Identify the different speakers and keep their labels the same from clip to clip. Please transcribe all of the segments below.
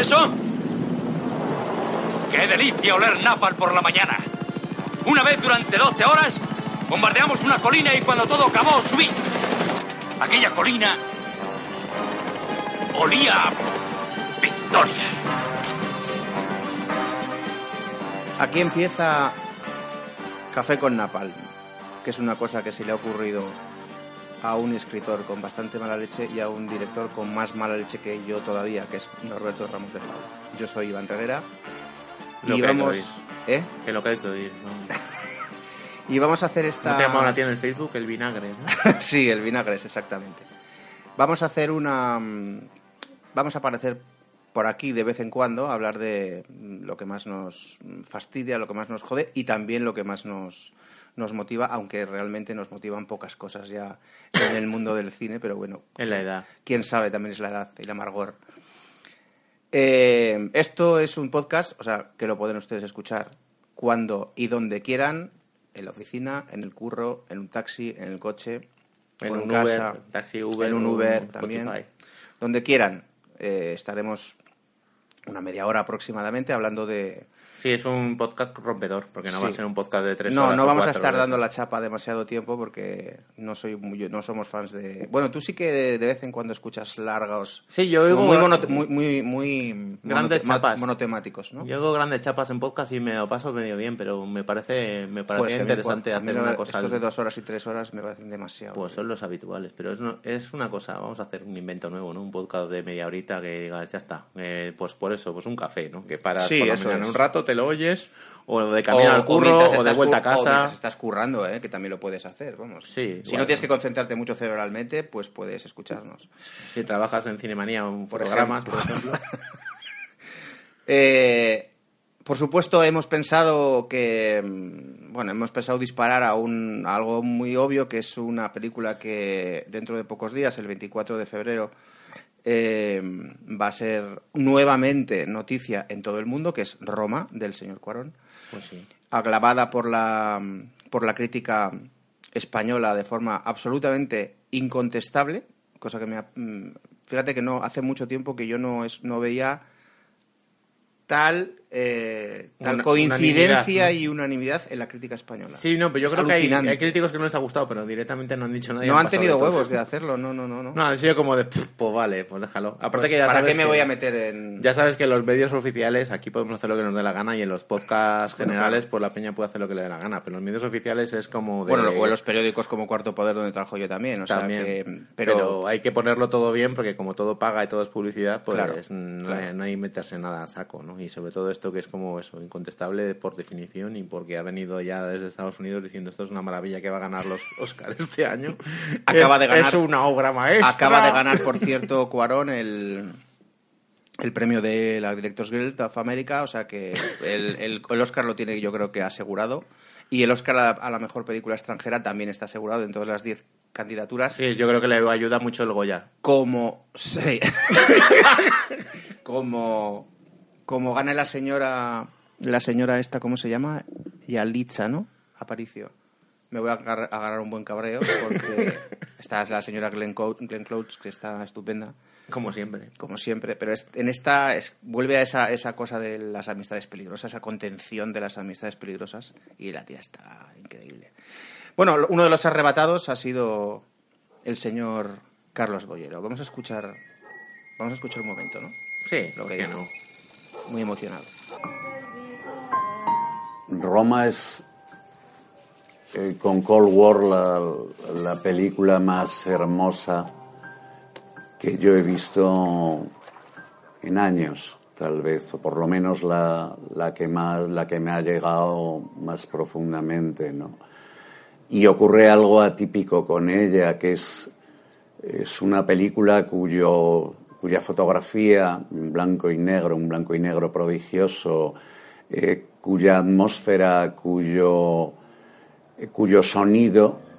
Speaker 1: eso? ¡Qué delicia oler napal por la mañana! Una vez durante 12 horas, bombardeamos una colina y cuando todo acabó, subí. Aquella colina olía a victoria.
Speaker 2: Aquí empieza Café con Napalm, que es una cosa que se le ha ocurrido a un escritor con bastante mala leche y a un director con más mala leche que yo todavía, que es Norberto Ramos de Pau. Yo soy Iván Herrera.
Speaker 3: Lo
Speaker 2: y
Speaker 3: que hay que
Speaker 2: vamos,
Speaker 3: oír.
Speaker 2: ¿eh?
Speaker 3: Que lo que hay que oír. ¿no?
Speaker 2: Y vamos a hacer esta.
Speaker 3: ¿No te llamaba la tía en el Facebook el vinagre? ¿no?
Speaker 2: sí, el vinagres, exactamente. Vamos a hacer una. mm, Vamos a aparecer por aquí de vez en cuando a hablar de mm, lo que más nos mm, fastidia, lo que más nos jode y también lo que más nos, nos motiva, aunque realmente nos motivan pocas cosas ya en el mundo del cine, pero bueno,
Speaker 3: En la edad.
Speaker 2: quién sabe, también es la edad y la amargor. Eh, esto es un podcast, o sea, que lo pueden ustedes escuchar cuando y donde quieran, en la oficina, en el curro, en un taxi, en el coche,
Speaker 3: En
Speaker 2: o
Speaker 3: un
Speaker 2: casa,
Speaker 3: Uber, taxi Uber,
Speaker 2: en un
Speaker 3: o un
Speaker 2: Uber
Speaker 3: Spotify.
Speaker 2: también, donde quieran. Eh, estaremos una media hora aproximadamente hablando de...
Speaker 3: Sí, es un podcast rompedor, porque no
Speaker 2: Sí.
Speaker 3: va a ser un podcast de tres
Speaker 2: No,
Speaker 3: horas.
Speaker 2: no
Speaker 3: o
Speaker 2: vamos a
Speaker 3: cuatro
Speaker 2: estar
Speaker 3: horas.
Speaker 2: dando la chapa demasiado tiempo porque no soy muy- no somos fans de... Bueno, tú sí que de, de vez en cuando escuchas largos...
Speaker 3: Sí, yo oigo,
Speaker 2: muy, mono- muy, muy, muy
Speaker 3: Grandes
Speaker 2: ma-
Speaker 3: chapas.
Speaker 2: monotemáticos, ¿no?
Speaker 3: yo oigo grandes chapas en podcast y me lo paso medio bien, pero me parece, me parece
Speaker 2: Pues que a mí
Speaker 3: interesante
Speaker 2: cua- a mí
Speaker 3: hacer
Speaker 2: no-
Speaker 3: una cosa.
Speaker 2: Estos de dos horas y tres horas me parecen demasiado. ¿eh?
Speaker 3: Pues son los habituales, pero es, no- es una cosa, vamos a hacer un invento nuevo, ¿no? Un podcast de media horita que digas, ya está. Eh, pues por eso, pues un café, ¿no? Que paras
Speaker 2: Sí,
Speaker 3: por la
Speaker 2: eso
Speaker 3: mañana
Speaker 2: es.
Speaker 3: un rato, te lo oyes, o de camino al curro,
Speaker 2: mientras
Speaker 3: o de
Speaker 2: estás
Speaker 3: vuelta a
Speaker 2: cur- o mientras
Speaker 3: casa.
Speaker 2: estás currando, ¿eh? que también lo puedes hacer, vamos.
Speaker 3: Sí,
Speaker 2: si
Speaker 3: bueno.
Speaker 2: no tienes que concentrarte mucho cerebralmente, pues puedes escucharnos.
Speaker 3: Si trabajas en Cinemanía o en
Speaker 2: Por
Speaker 3: fotogramas,
Speaker 2: ejemplo.
Speaker 3: por ejemplo.
Speaker 2: Eh, por supuesto, hemos pensado que. mm, Bueno, hemos pensado disparar a, un, a algo muy obvio, que es una película que dentro de pocos días, el 24 de febrero, eh, va a ser nuevamente noticia en todo el mundo, que es Roma, del señor Cuarón,
Speaker 3: Pues sí.
Speaker 2: aglavada por la, por la crítica española de forma absolutamente incontestable, cosa que me... ha- mm, Fíjate que no hace mucho tiempo que yo no, es, no veía tal, eh, tal
Speaker 3: Una-
Speaker 2: coincidencia
Speaker 3: unanimidad,
Speaker 2: y unanimidad en la crítica española.
Speaker 3: Sí, no, pero yo
Speaker 2: Es
Speaker 3: creo que hay,
Speaker 2: alucinante.
Speaker 3: hay críticos que no les ha gustado, pero directamente no han dicho nada. y
Speaker 2: No han
Speaker 3: pasado
Speaker 2: tenido
Speaker 3: de todo.
Speaker 2: huevos de hacerlo, no, no, no. no.
Speaker 3: No, han sido como de, "Pff, pues vale, pues déjalo. Aparte
Speaker 2: Pues,
Speaker 3: que ya
Speaker 2: ¿Para
Speaker 3: sabes
Speaker 2: qué me
Speaker 3: que-
Speaker 2: voy a meter en...?
Speaker 3: Ya sabes que en los medios oficiales aquí podemos hacer lo que nos dé la gana y en los podcasts
Speaker 2: Bueno,
Speaker 3: generales pues la peña puede hacer lo que le dé la gana, pero en los medios oficiales es como de...
Speaker 2: Bueno, o en los periódicos como Cuarto Poder, donde trabajo yo también, o sea
Speaker 3: también.
Speaker 2: que-
Speaker 3: pero...
Speaker 2: pero
Speaker 3: hay que ponerlo todo bien porque como todo paga y todo es publicidad, pues
Speaker 2: Claro,
Speaker 3: no,
Speaker 2: claro.
Speaker 3: Hay, no hay meterse nada a saco, ¿no? Y sobre todo esto que es como eso, incontestable por definición y porque ha venido ya desde Estados Unidos diciendo esto es una maravilla que va a ganar los Oscars este año.
Speaker 2: Acaba
Speaker 3: Es-
Speaker 2: de ganar-
Speaker 3: Es una obra maestra.
Speaker 2: Acaba de ganar, por cierto, Cuarón el, el premio de la Directors Guild of America, o sea que el, el- el Oscar lo tiene yo creo que asegurado. Y el Oscar a, a la mejor película extranjera también está asegurado dentro de las 10 candidaturas.
Speaker 3: Sí, yo creo que le ayuda mucho el Goya.
Speaker 2: Como, sí. como, como gane la señora, la señora esta, ¿cómo se llama? Yalitza, ¿no? Aparicio. Me voy a agar- a agarrar un buen cabreo porque esta es la señora Glenn, Cou- Glenn Close, que está estupenda
Speaker 3: Como siempre.
Speaker 2: como siempre, pero es- en esta es- vuelve a esa, esa cosa de las amistades peligrosas, esa contención de las amistades peligrosas, y la tía está increíble. Bueno, lo- uno de los arrebatados ha sido el señor Carlos Bollero. Vamos a escuchar, vamos a escuchar un momento, ¿no?
Speaker 3: Sí, lo
Speaker 2: que
Speaker 3: que
Speaker 2: digo.
Speaker 3: no.
Speaker 2: Muy emocionado.
Speaker 4: Roma es eh, con Cold War la, la película más hermosa que yo he visto en años, tal vez, o por lo menos la, la que, más, la que me ha llegado más profundamente. ¿no? Y ocurre algo atípico con ella, que es, es una película cuyo, cuya fotografía, en blanco y negro, un blanco y negro prodigioso, eh, cuya atmósfera, cuyo, eh, cuyo sonido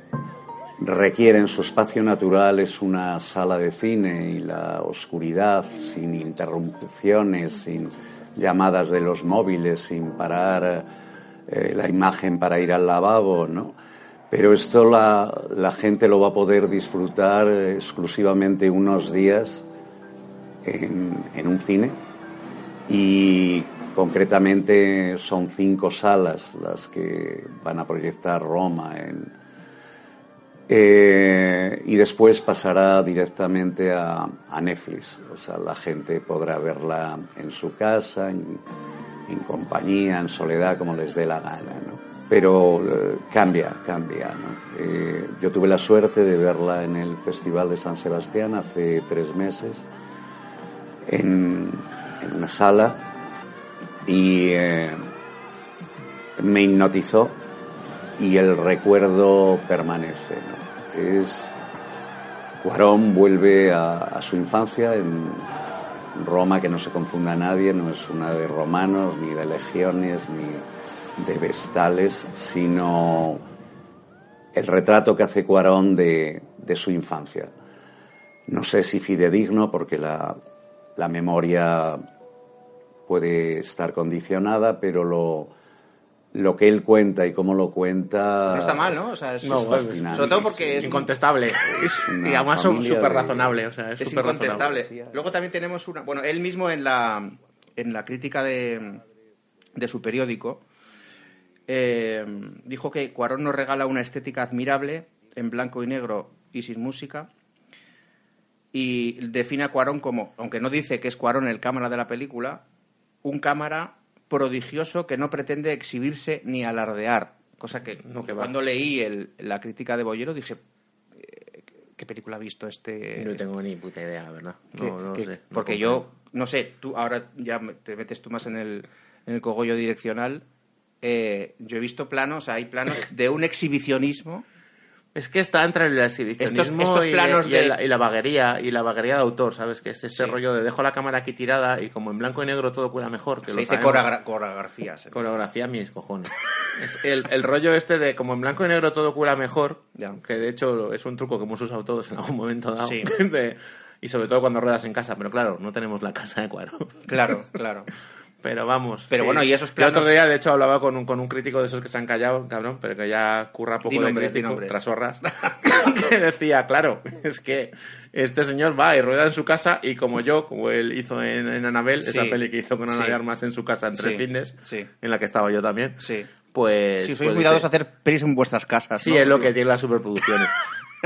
Speaker 4: requiere en su espacio natural es una sala de cine y la oscuridad, sin interrupciones, sin llamadas de los móviles, sin parar eh, la imagen para ir al lavabo, ¿no? Pero esto la, la gente lo va a poder disfrutar eh, exclusivamente unos días en, en un cine y concretamente son cinco salas las que van a proyectar Roma en, eh, y después pasará directamente a, a, Netflix. O sea, la gente podrá verla en su casa, en, en compañía, en soledad, como les dé la gana. ¿no? Pero eh, cambia, cambia. ¿no? Eh, yo tuve la suerte de verla en el Festival de San Sebastián hace tres meses, en, en una sala, y eh, me hipnotizó y el recuerdo permanece. ¿no? Es Cuarón vuelve a, a, su infancia en Roma, que no se confunda a nadie, no es una de romanos, ni de legiones, ni de vestales, sino el retrato que hace Cuarón de, de su infancia. No sé si fidedigno, porque la, la memoria puede estar condicionada, pero lo, lo que él cuenta y cómo lo cuenta.
Speaker 2: No está mal, ¿no? O sea, es,
Speaker 3: No,
Speaker 2: es
Speaker 3: bueno,
Speaker 2: fascinante.
Speaker 3: sobre
Speaker 2: todo porque es-
Speaker 3: Incontestable.
Speaker 4: una
Speaker 3: y además son
Speaker 4: familia
Speaker 3: súper
Speaker 4: de-
Speaker 3: razonable. O sea, es
Speaker 2: es
Speaker 3: súper
Speaker 2: incontestable.
Speaker 3: razonable.
Speaker 2: Luego también tenemos una. Bueno, él mismo en la, en la crítica de, de su periódico eh, dijo que Cuarón nos regala una estética admirable en blanco y negro y sin música. Y define a Cuarón como, aunque no dice que es Cuarón el cámara de la película, un cámara prodigioso que no pretende exhibirse ni alardear. Cosa que,
Speaker 3: Mm, No, que va.
Speaker 2: cuando leí el- la crítica de Bollero dije, eh, ¿qué película ha visto este,
Speaker 3: No tengo ni puta idea, la verdad.
Speaker 2: que-
Speaker 3: No, no
Speaker 2: que-
Speaker 3: sé. No
Speaker 2: Porque
Speaker 3: comprendo.
Speaker 2: yo, no sé, tú ahora ya me- te metes tú más en el, en el cogollo direccional. Eh, yo he visto planos, hay planos de un exhibicionismo.
Speaker 3: Es que está entre el exhibicionismo
Speaker 2: Estos- estos
Speaker 3: y-
Speaker 2: planos
Speaker 3: y,
Speaker 2: de-
Speaker 3: la, y la vaguería, y la vaguería de autor, ¿sabes? Que es
Speaker 2: Sí.
Speaker 3: ese rollo de dejo la cámara aquí tirada y como en blanco y negro todo cura mejor. Que
Speaker 2: Se
Speaker 3: lo
Speaker 2: dice
Speaker 3: sabemos.
Speaker 2: coreogra- coreografías. ¿eh?
Speaker 3: Coreografía mis cojones. Es el, el rollo este de como en blanco y negro todo cura mejor,
Speaker 2: Ya.
Speaker 3: que de hecho es un truco que hemos usado todos en algún momento dado.
Speaker 2: Sí.
Speaker 3: de- y sobre todo cuando ruedas en casa, pero claro, no tenemos la casa de cuadro.
Speaker 2: Claro, claro.
Speaker 3: Pero vamos.
Speaker 2: Pero bueno, y esos
Speaker 3: Yo
Speaker 2: planos-
Speaker 3: otro día, de hecho, hablaba con un, con un crítico de esos que se han callado, cabrón, pero que ya curra poco
Speaker 2: Di nombres,
Speaker 3: de
Speaker 2: di
Speaker 3: crítico,
Speaker 2: nombres.
Speaker 3: trasorras, que decía, claro, es que este señor va y rueda en su casa y como yo, como él hizo en, en Anabel,
Speaker 2: Sí.
Speaker 3: esa peli que hizo con Ana
Speaker 2: Sí.
Speaker 3: de Armas en su casa entre
Speaker 2: Sí.
Speaker 3: fines,
Speaker 2: Sí.
Speaker 3: en la que estaba yo también,
Speaker 2: Sí.
Speaker 3: pues...
Speaker 2: Si sois
Speaker 3: pues
Speaker 2: cuidados
Speaker 3: dice-
Speaker 2: a hacer pelis en vuestras casas.
Speaker 3: Sí,
Speaker 2: ¿no?
Speaker 3: es lo que tiene las superproducciones.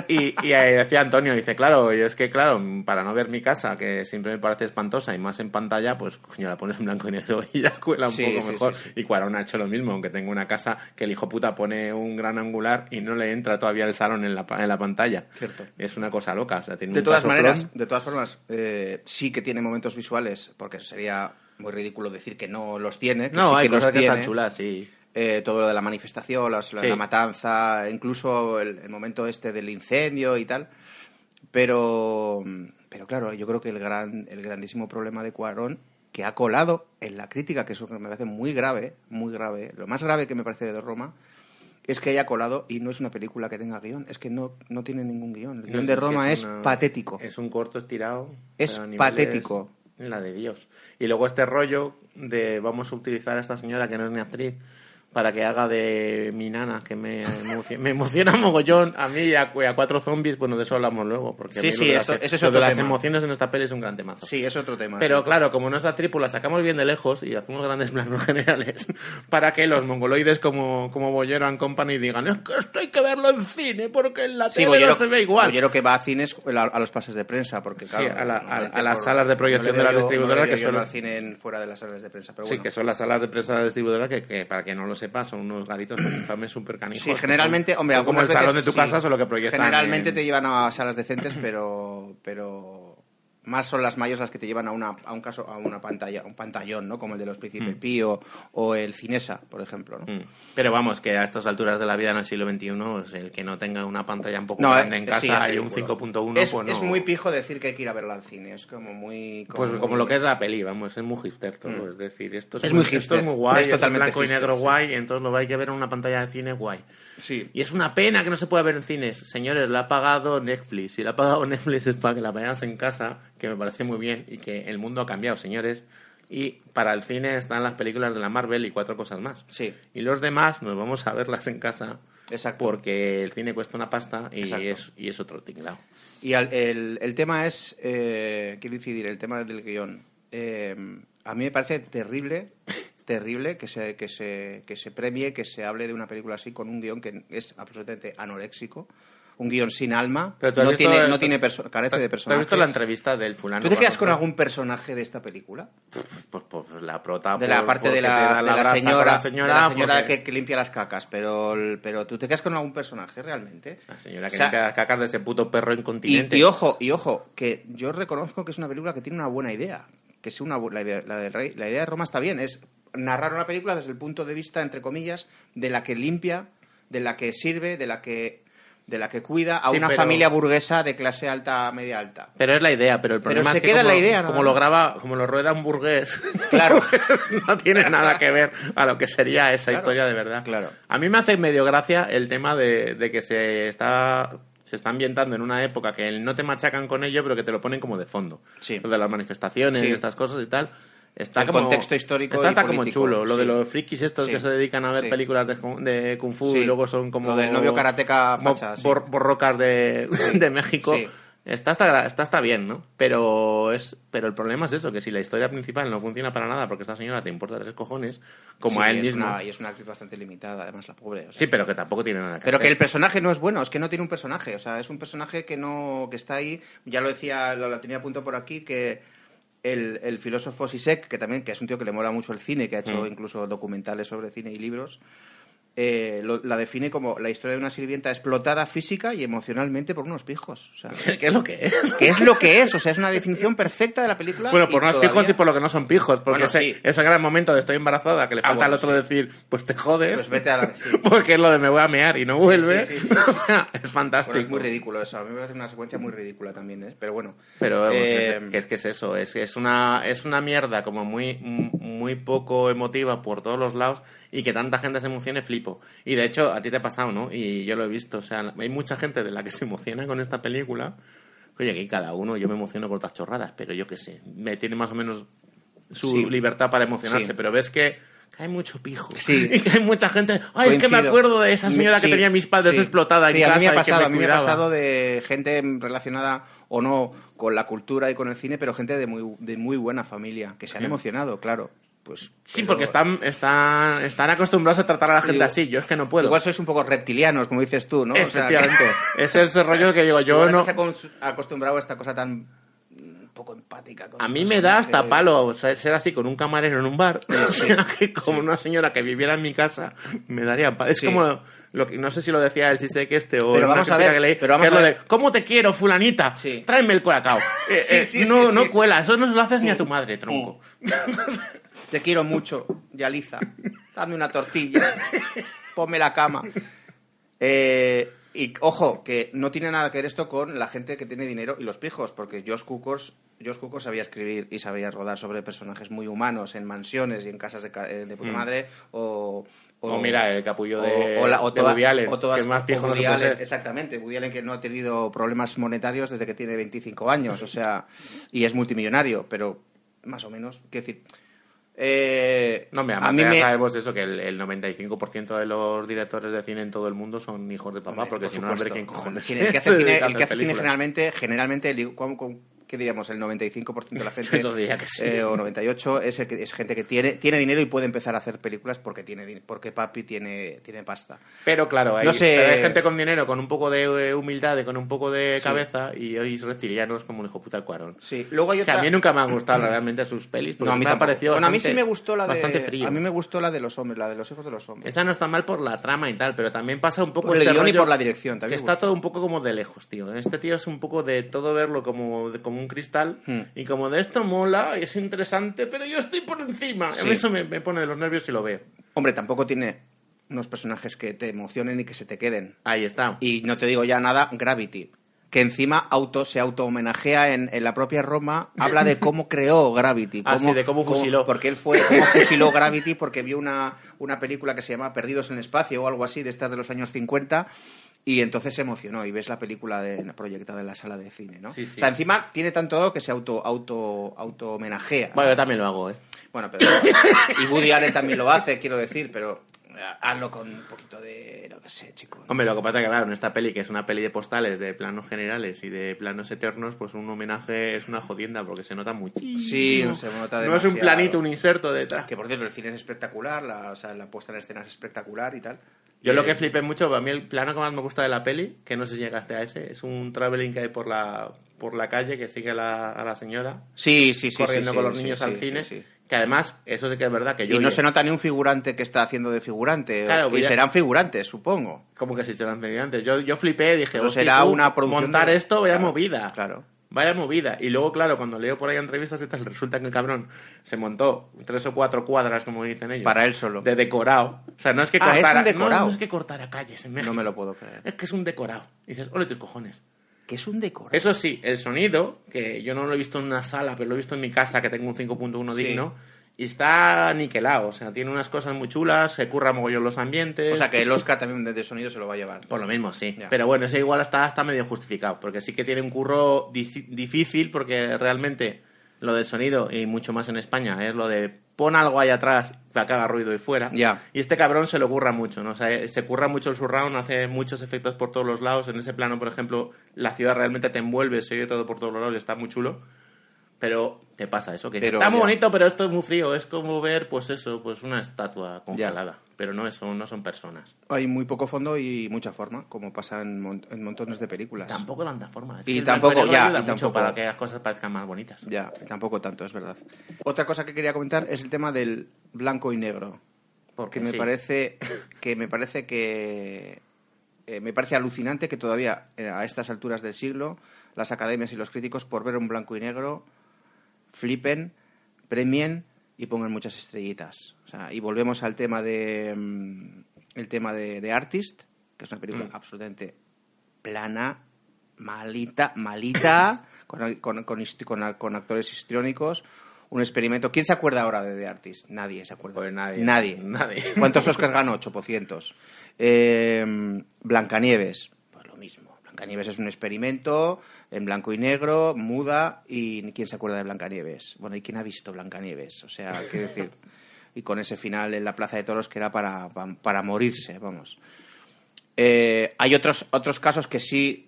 Speaker 3: Y, y ahí decía Antonio, dice, claro, yo es que, claro, para no ver mi casa, que siempre me parece espantosa y más en pantalla, pues coño, la pones en blanco y negro y ya cuela un
Speaker 2: Sí,
Speaker 3: poco
Speaker 2: sí,
Speaker 3: mejor.
Speaker 2: sí,
Speaker 3: Y Cuarón ha hecho lo mismo, aunque tengo una casa que el hijo puta pone un gran angular y no le entra todavía el salón en la, pa- en la pantalla.
Speaker 2: Cierto.
Speaker 3: Es una cosa loca, o sea, tiene
Speaker 2: De
Speaker 3: un
Speaker 2: todas
Speaker 3: casoplón.
Speaker 2: maneras, de todas formas, eh, sí que tiene momentos visuales, porque sería muy ridículo decir que no los tiene. Que
Speaker 3: No,
Speaker 2: sí
Speaker 3: hay
Speaker 2: que los
Speaker 3: cosas que están
Speaker 2: tiene.
Speaker 3: chulas, sí.
Speaker 2: eh, todo lo de la manifestación, las- la,
Speaker 3: Sí.
Speaker 2: la matanza, incluso el, el momento este del incendio y tal. Pero, pero claro, yo creo que el, gran, el grandísimo problema de Cuarón, que ha colado en la crítica, que eso que me parece muy grave, muy grave, lo más grave que me parece de Roma, es que haya colado y no es una película que tenga guión, es que no, no tiene ningún guión. El guión de
Speaker 3: es que
Speaker 2: Roma es,
Speaker 3: una-
Speaker 2: patético.
Speaker 3: Es un corto estirado.
Speaker 2: Es
Speaker 3: pero a niveles-
Speaker 2: patético.
Speaker 3: La de Dios. Y luego este rollo de vamos a utilizar a esta señora que no es ni actriz para que haga de mi nana, que me, emoci- me emociona mogollón a mí y a, cu- a cuatro zombies. Bueno, de eso hablamos luego. Porque a
Speaker 2: Sí,
Speaker 3: mí lo
Speaker 2: sí,
Speaker 3: de
Speaker 2: eso-
Speaker 3: las, e-
Speaker 2: eso es
Speaker 3: lo de
Speaker 2: otro
Speaker 3: las
Speaker 2: tema.
Speaker 3: emociones en esta peli es un gran temazo.
Speaker 2: Sí, es otro tema.
Speaker 3: Pero
Speaker 2: sí.
Speaker 3: claro, como no es actriz, pues la sacamos bien de lejos y hacemos grandes planos generales para que los mongoloides como, como Bollero and Company digan es que esto hay que verlo en cine porque en la
Speaker 2: Sí,
Speaker 3: tele
Speaker 2: Bollero-
Speaker 3: no se ve igual.
Speaker 2: Bollero que va a cines a, a los pases de prensa, porque
Speaker 3: Sí,
Speaker 2: claro,
Speaker 3: a la- a-
Speaker 2: normalmente
Speaker 3: a las salas de proyección
Speaker 2: le
Speaker 3: de las
Speaker 2: veo yo-
Speaker 3: distribuidoras
Speaker 2: le veo
Speaker 3: que
Speaker 2: yo
Speaker 3: son-
Speaker 2: al cine en- fuera de las salas de prensa, pero
Speaker 3: Sí,
Speaker 2: bueno.
Speaker 3: que son las salas de prensa de distribuidora que, que, para que no lo sepas, son unos garitos de infame súper canijos.
Speaker 2: Sí,
Speaker 3: que son-
Speaker 2: generalmente, hombre,
Speaker 3: son como el
Speaker 2: algunas
Speaker 3: salón de
Speaker 2: veces
Speaker 3: tu
Speaker 2: sí.
Speaker 3: casa, solo que proyectan.
Speaker 2: Generalmente
Speaker 3: en-
Speaker 2: te llevan a salas decentes, pero pero más son las mayores las que te llevan a una a un caso a una pantalla, a un pantallón, ¿no? Como el de los Príncipe Pío o el Cinesa, por ejemplo, ¿no?
Speaker 3: Mm. Pero vamos, que a estas alturas de la vida en el siglo XXI, pues, el que no tenga una pantalla un poco
Speaker 2: No,
Speaker 3: grande
Speaker 2: eh,
Speaker 3: en
Speaker 2: sí,
Speaker 3: casa
Speaker 2: es
Speaker 3: y un
Speaker 2: ridículo.
Speaker 3: 5.1,
Speaker 2: es,
Speaker 3: pues no.
Speaker 2: es muy pijo decir que hay que ir a verla al cine, es como muy
Speaker 3: Pues como lo que es la peli, vamos, es muy hipster todo. Es decir, esto es,
Speaker 2: Mm. Es muy
Speaker 3: esto
Speaker 2: hipster.
Speaker 3: es muy guay,
Speaker 2: Es
Speaker 3: esto es
Speaker 2: totalmente
Speaker 3: blanco y
Speaker 2: hipster,
Speaker 3: negro
Speaker 2: sí.
Speaker 3: guay, entonces lo hay que ver en una pantalla de cine guay.
Speaker 2: sí.
Speaker 3: Y es una pena que no se pueda ver en cines. Señores, la ha pagado Netflix. Si la ha pagado Netflix es para que la veas en casa, que me parece muy bien y que el mundo ha cambiado, señores. Y para el cine están las películas de la Marvel y cuatro cosas más.
Speaker 2: Sí.
Speaker 3: Y los demás nos vamos a verlas en casa
Speaker 2: Exacto.
Speaker 3: porque el cine cuesta una pasta y,
Speaker 2: Exacto.
Speaker 3: es, y es otro tinglao.
Speaker 2: Y al- el, el tema es, eh, quiero incidir, el tema del guión. eh, a mí me parece terrible, terrible que se, que, se, que se premie, que se hable de una película así con un guión que es absolutamente anoréxico, un guión sin alma,
Speaker 3: Pero tú has
Speaker 2: no,
Speaker 3: visto
Speaker 2: tiene,
Speaker 3: el-
Speaker 2: no tiene perso- carece de
Speaker 3: ¿Te has
Speaker 2: personajes.
Speaker 3: visto la entrevista del fulano?
Speaker 2: ¿Tú te quedas
Speaker 3: cuando-
Speaker 2: con algún personaje de esta película?
Speaker 3: Pues, pues la prota.
Speaker 2: de la
Speaker 3: por-
Speaker 2: parte
Speaker 3: porque
Speaker 2: de
Speaker 3: te da
Speaker 2: la, de la
Speaker 3: brasa con
Speaker 2: señora,
Speaker 3: La señora,
Speaker 2: de la señora
Speaker 3: porque-
Speaker 2: que, que limpia las cacas, pero, el- pero tú te quedas con algún personaje realmente.
Speaker 3: La señora que
Speaker 2: O sea,
Speaker 3: limpia las cacas de ese puto perro
Speaker 2: y,
Speaker 3: incontinente.
Speaker 2: y ojo, y ojo, que yo reconozco que es una película que tiene una buena idea, que es una bu- la idea, la del rey, la idea de Roma está bien, es narrar una película desde el punto de vista entre comillas de la que limpia, de la que sirve, de la que de la que cuida a
Speaker 3: Sí,
Speaker 2: una
Speaker 3: pero-
Speaker 2: familia burguesa de clase alta media alta.
Speaker 3: Pero es la idea, pero el problema
Speaker 2: se
Speaker 3: es que
Speaker 2: queda
Speaker 3: como,
Speaker 2: la idea, nada
Speaker 3: como lo
Speaker 2: más.
Speaker 3: graba, como lo rueda un burgués,
Speaker 2: Claro.
Speaker 3: no tiene nada que ver a lo que sería esa
Speaker 2: Claro.
Speaker 3: historia de verdad.
Speaker 2: Claro.
Speaker 3: A mí me hace medio gracia el tema de, de que se está se está ambientando en una época que no te machacan con ello, pero que te lo ponen como de fondo.
Speaker 2: Sí.
Speaker 3: Lo de las manifestaciones
Speaker 2: Sí.
Speaker 3: y estas cosas y tal. Está
Speaker 2: El
Speaker 3: como,
Speaker 2: contexto histórico y
Speaker 3: está, está como
Speaker 2: político,
Speaker 3: chulo. Lo de
Speaker 2: sí.
Speaker 3: los frikis estos
Speaker 2: Sí.
Speaker 3: que se dedican a ver
Speaker 2: Sí.
Speaker 3: películas de, ju- de Kung Fu
Speaker 2: Sí.
Speaker 3: y luego son como...
Speaker 2: Lo del novio karateca
Speaker 3: como
Speaker 2: facha, sí.
Speaker 3: bor- borrocas de, de México.
Speaker 2: Sí.
Speaker 3: Está, está, está, está bien, ¿no? Pero, es, pero el problema es eso, que si la historia principal no funciona para nada porque esta señora te importa tres cojones, como
Speaker 2: Sí,
Speaker 3: a él
Speaker 2: es
Speaker 3: mismo.
Speaker 2: una- y es una actriz bastante limitada, además la pobre. o sea,
Speaker 3: Sí, pero que tampoco tiene nada que
Speaker 2: Pero que el
Speaker 3: hacer.
Speaker 2: personaje no es bueno, es que no tiene un personaje, o sea, es un personaje que no que está ahí, ya lo decía, lo, lo tenía a punto por aquí, que el, el filósofo Sisek, que también que es un tío que le mola mucho el cine, que ha
Speaker 3: Mm.
Speaker 2: hecho incluso documentales sobre cine y libros, eh, lo- la define como la historia de una sirvienta explotada física y emocionalmente por unos pijos. O sea,
Speaker 3: ¿Qué es lo que es?
Speaker 2: que es lo que es, o sea, es una definición perfecta de la película.
Speaker 3: Bueno, por
Speaker 2: y
Speaker 3: no es pijos
Speaker 2: todavía-
Speaker 3: y por lo que no son pijos, porque
Speaker 2: Bueno,
Speaker 3: ese,
Speaker 2: sí.
Speaker 3: ese gran momento de estoy embarazada que le
Speaker 2: Ah,
Speaker 3: falta al
Speaker 2: bueno,
Speaker 3: otro decir, pues te jodes,
Speaker 2: Pues vete a la... sí.
Speaker 3: porque es lo de me voy a mear y no vuelve.
Speaker 2: sí, sí, sí.
Speaker 3: O sea, es fantástico.
Speaker 2: Bueno, es muy ridículo eso, a mí me parece una secuencia muy ridícula también, ¿eh? Pero bueno.
Speaker 3: Pero vamos,
Speaker 2: Eh,
Speaker 3: es- es que es eso, es, es, una, es una mierda como muy, muy poco emotiva por todos los lados y que tanta gente se emocione, flipo. Y de hecho, a ti te ha pasado, ¿no? Y yo lo he visto, o sea, hay mucha gente de la que se emociona con esta película. Oye, que cada uno, yo me emociono con otras chorradas, pero yo qué sé, me tiene más o menos su
Speaker 2: Sí.
Speaker 3: libertad para emocionarse,
Speaker 2: Sí.
Speaker 3: pero ves que hay mucho pijo
Speaker 2: Sí.
Speaker 3: y que hay mucha gente, ay, es que me
Speaker 2: Coincido.
Speaker 3: acuerdo de esa señora que
Speaker 2: Sí,
Speaker 3: tenía mis padres
Speaker 2: sí.
Speaker 3: explotada
Speaker 2: Sí,
Speaker 3: en
Speaker 2: a mí me ha
Speaker 3: casa y que
Speaker 2: pasado,
Speaker 3: me
Speaker 2: a mí me ha
Speaker 3: cuidaba.
Speaker 2: pasado de gente relacionada o no con la cultura y con el cine, pero gente de muy, de muy buena familia, que se han
Speaker 3: Sí.
Speaker 2: emocionado, claro. Pues,
Speaker 3: Mm. Sí,
Speaker 2: pero-
Speaker 3: porque están, están, están acostumbrados a tratar a la gente
Speaker 2: Digo,
Speaker 3: así. Yo es que no puedo.
Speaker 2: Igual sois un poco reptilianos, como dices tú, ¿no? O sea,
Speaker 3: Efectivamente. Ese es el rollo que digo.
Speaker 2: que
Speaker 3: Yo
Speaker 2: igual
Speaker 3: no.
Speaker 2: estás acos- acostumbrado a esta cosa tan mm, poco empática. con
Speaker 3: A
Speaker 2: el
Speaker 3: mí me da
Speaker 2: personaje.
Speaker 3: hasta palo o sea, ser así con un camarero en un bar. O sea, que como una señora que viviera en mi casa, me daría palo. Es
Speaker 2: Sí.
Speaker 3: como. Lo que, no sé si lo decía el Sisek este o
Speaker 2: Pero
Speaker 3: en una
Speaker 2: vamos a
Speaker 3: crítica
Speaker 2: ver,
Speaker 3: que leí,
Speaker 2: pero vamos
Speaker 3: que es
Speaker 2: a
Speaker 3: lo
Speaker 2: ver.
Speaker 3: de ¿Cómo te quiero, fulanita?
Speaker 2: Sí.
Speaker 3: Tráeme el colacao. Eh,
Speaker 2: Sí,
Speaker 3: eh,
Speaker 2: sí, sí,
Speaker 3: no,
Speaker 2: sí. Mm.
Speaker 3: no cuela, eso no se lo haces ni a tu madre, tronco.
Speaker 2: Te quiero mucho, Yaliza. Dame una tortilla. Ponme la cama. Eh, y ojo, que no tiene nada que ver esto con la gente que tiene dinero y los pijos, porque Josh Kukos, Josh Kukos sabía escribir y sabía rodar sobre personajes muy humanos en mansiones y en casas de, ca- eh, de puta madre. O,
Speaker 3: O
Speaker 2: Mm.
Speaker 3: mira, el capullo de- de Woody Allen, que es más viejo
Speaker 2: o
Speaker 3: no se
Speaker 2: Woody
Speaker 3: puede
Speaker 2: Allen,
Speaker 3: ser.
Speaker 2: Exactamente, Woody Allen que no ha tenido problemas monetarios desde que tiene 25 años, o sea, y es multimillonario, pero más o menos, quiero decir... eh,
Speaker 3: No, me
Speaker 2: a mí me,
Speaker 3: sabemos eso, que el, el 95% de los directores de cine en todo el mundo son hijos de papá,
Speaker 2: Hombre,
Speaker 3: porque
Speaker 2: por
Speaker 3: si no, a ver
Speaker 2: supuesto.
Speaker 3: quién cojones.
Speaker 2: Sí, El que hace
Speaker 3: se
Speaker 2: cine,
Speaker 3: dedica a
Speaker 2: el que
Speaker 3: hacer
Speaker 2: hace cine
Speaker 3: películas.
Speaker 2: generalmente, generalmente, el- ¿cuán- cuán- ¿qué diríamos? El 95% de la gente,
Speaker 3: Yo diría que sí.
Speaker 2: eh, o 98%, es, el que- es gente que tiene, tiene dinero y puede empezar a hacer películas porque, tiene, din- porque papi tiene, tiene pasta.
Speaker 3: Pero claro, hay,
Speaker 2: No sé.
Speaker 3: pero hay gente con dinero, con un poco de eh, humildad, y con un poco de cabeza, y hoy reptilianos como el hijo puta del Cuarón.
Speaker 2: Sí, luego hay
Speaker 3: Que
Speaker 2: otra...
Speaker 3: a mí nunca me han gustado realmente sus pelis, porque
Speaker 2: No, a mí
Speaker 3: me ha
Speaker 2: tampoco.
Speaker 3: parecido
Speaker 2: Bueno, a mí sí
Speaker 3: bastante-
Speaker 2: me gustó la
Speaker 3: bastante
Speaker 2: de...
Speaker 3: frío.
Speaker 2: A mí me gustó la de los hombres, la de los hijos de los hombres.
Speaker 3: Esa no está mal por la trama y tal, pero también pasa un poco
Speaker 2: Por el
Speaker 3: este
Speaker 2: guión y
Speaker 3: rollo
Speaker 2: por la dirección,
Speaker 3: Que
Speaker 2: también
Speaker 3: está
Speaker 2: gusta.
Speaker 3: todo un poco como de lejos, tío. Este tío es un poco de todo verlo como, de- como un cristal
Speaker 2: Hmm.
Speaker 3: y como de esto mola, es interesante, pero yo estoy por encima. A
Speaker 2: Sí.
Speaker 3: mí Eso me, me pone de los nervios y lo veo.
Speaker 2: Hombre, tampoco tiene unos personajes que te emocionen y que se te queden.
Speaker 3: Ahí está.
Speaker 2: Y no te digo ya nada, Gravity. Que encima auto, se auto-homenajea en, en la propia Roma, habla de cómo creó Gravity.
Speaker 3: Ah, sí, de cómo fusiló.
Speaker 2: porque él fue, cómo fusiló Gravity, porque vio una, una película que se llama Perdidos en el Espacio o algo así, de estas de los años 50, y entonces se emocionó y ves la película de, proyectada en la sala de cine, ¿no?
Speaker 3: Sí, sí.
Speaker 2: O sea, encima tiene tanto que se auto, auto, auto-homenajea.
Speaker 3: Bueno, yo también lo hago, ¿eh?
Speaker 2: Bueno, pero. Y Woody Allen también lo hace, quiero decir, pero. hazlo con un poquito de, no sé, chico.
Speaker 3: Hombre, lo que pasa es que, claro, en esta peli, que es una peli de postales, de planos generales y de planos eternos, pues un homenaje es una jodienda porque se nota muchísimo.
Speaker 2: Sí, se nota
Speaker 3: No es un
Speaker 2: demasiado.
Speaker 3: planito, un inserto detrás.
Speaker 2: Que por cierto, el cine es espectacular, la, o sea, la puesta en escena es espectacular y tal.
Speaker 3: Yo lo que
Speaker 2: Eh,
Speaker 3: flipé mucho, a mí el plano que más me gusta de la peli, que no sé si llegaste a ese, es un traveling que hay por la, por la calle que sigue a la, a la señora
Speaker 2: Sí, sí, sí.
Speaker 3: corriendo
Speaker 2: sí,
Speaker 3: con
Speaker 2: sí,
Speaker 3: los
Speaker 2: sí,
Speaker 3: niños
Speaker 2: sí,
Speaker 3: al
Speaker 2: sí,
Speaker 3: cine.
Speaker 2: sí.
Speaker 3: Que además, eso sí que es verdad que yo.
Speaker 2: Y no
Speaker 3: oye,
Speaker 2: se nota ni un figurante que está haciendo de figurante.
Speaker 3: Claro,
Speaker 2: y
Speaker 3: pues ya-
Speaker 2: serán figurantes, supongo.
Speaker 3: Como que se te lo han tenido antes. Yo, yo flipé, dije,
Speaker 2: Eso
Speaker 3: hostia,
Speaker 2: será
Speaker 3: tú,
Speaker 2: una producción.
Speaker 3: Montar
Speaker 2: de-
Speaker 3: esto, vaya
Speaker 2: Claro,
Speaker 3: movida.
Speaker 2: Claro.
Speaker 3: Vaya movida. Y luego, claro, cuando leo por ahí entrevistas y tal, resulta que el cabrón se montó tres o cuatro cuadras, como dicen ellos.
Speaker 2: Para él solo.
Speaker 3: De decorado. O sea, no es que
Speaker 2: Ah, es un
Speaker 3: cortara. no,
Speaker 2: decorao.
Speaker 3: No, es que cortara calles en México.
Speaker 2: No me lo puedo creer.
Speaker 3: Es que es un decorado. Y dices, ole tus cojones.
Speaker 2: Que es un decoro.
Speaker 3: Eso sí, el sonido, que yo no lo he visto en una sala, pero lo he visto en mi casa, que tengo un 5.1
Speaker 2: Sí.
Speaker 3: digno, y está niquelado. O sea, tiene unas cosas muy chulas, se curra mogollón los ambientes.
Speaker 2: O sea que el Oscar también de- de sonido se lo va a llevar.
Speaker 3: Por lo mismo, sí.
Speaker 2: Ya.
Speaker 3: Pero bueno, ese igual está, está medio justificado, porque sí que tiene un curro dis- difícil, porque realmente lo del sonido, y mucho más en España, es lo de pon algo ahí atrás para que haga ruido y fuera.
Speaker 2: Ya.
Speaker 3: Y este cabrón se lo curra mucho, ¿no? O sea, se curra mucho el surround, hace muchos efectos por todos los lados. En ese plano, por ejemplo, la ciudad realmente te envuelve, se oye todo por todos los lados y está muy chulo. Pero te pasa eso, que
Speaker 2: Pero
Speaker 3: está muy
Speaker 2: ya.
Speaker 3: bonito, pero esto es muy frío. Es como ver, pues eso, pues una estatua congelada. Pero no, eso no son personas.
Speaker 2: Hay muy poco fondo y mucha forma, como pasa en, mon- en montones de películas.
Speaker 3: Tampoco tanta forma. Es
Speaker 2: Y
Speaker 3: que el
Speaker 2: tampoco,
Speaker 3: blanco y negro
Speaker 2: ya,
Speaker 3: ayuda
Speaker 2: y
Speaker 3: mucho
Speaker 2: tampoco.
Speaker 3: para que las cosas parezcan más bonitas.
Speaker 2: Ya, tampoco tanto, es verdad. Otra cosa que quería comentar es el tema del blanco y negro. Porque
Speaker 3: Porque
Speaker 2: me
Speaker 3: sí.
Speaker 2: parece que me parece que eh, me parece alucinante que todavía eh, a estas alturas del siglo las academias y los críticos por ver un blanco y negro flipen, premien y pongan muchas estrellitas. O sea, y volvemos al tema de mm, el tema de, de Artist, que es una película absolutamente plana, malita, malita, con, con- con hist- con- con actores histriónicos. Un experimento. ¿Quién se acuerda ahora de The Artist? Nadie se acuerda.
Speaker 3: Pues nadie.
Speaker 2: Nadie.
Speaker 3: Nadie.
Speaker 2: ¿Cuántos Oscars ganó? 800. Eh, Blancanieves. Pues lo mismo. Blancanieves es un experimento en blanco y negro, muda, y ni quién se acuerda de Blancanieves. Bueno, ¿y quién ha visto Blancanieves? O sea, quiero decir. Y con ese final en la Plaza de Toros que era para, para, para morirse, vamos. Eh, hay otros, otros casos que sí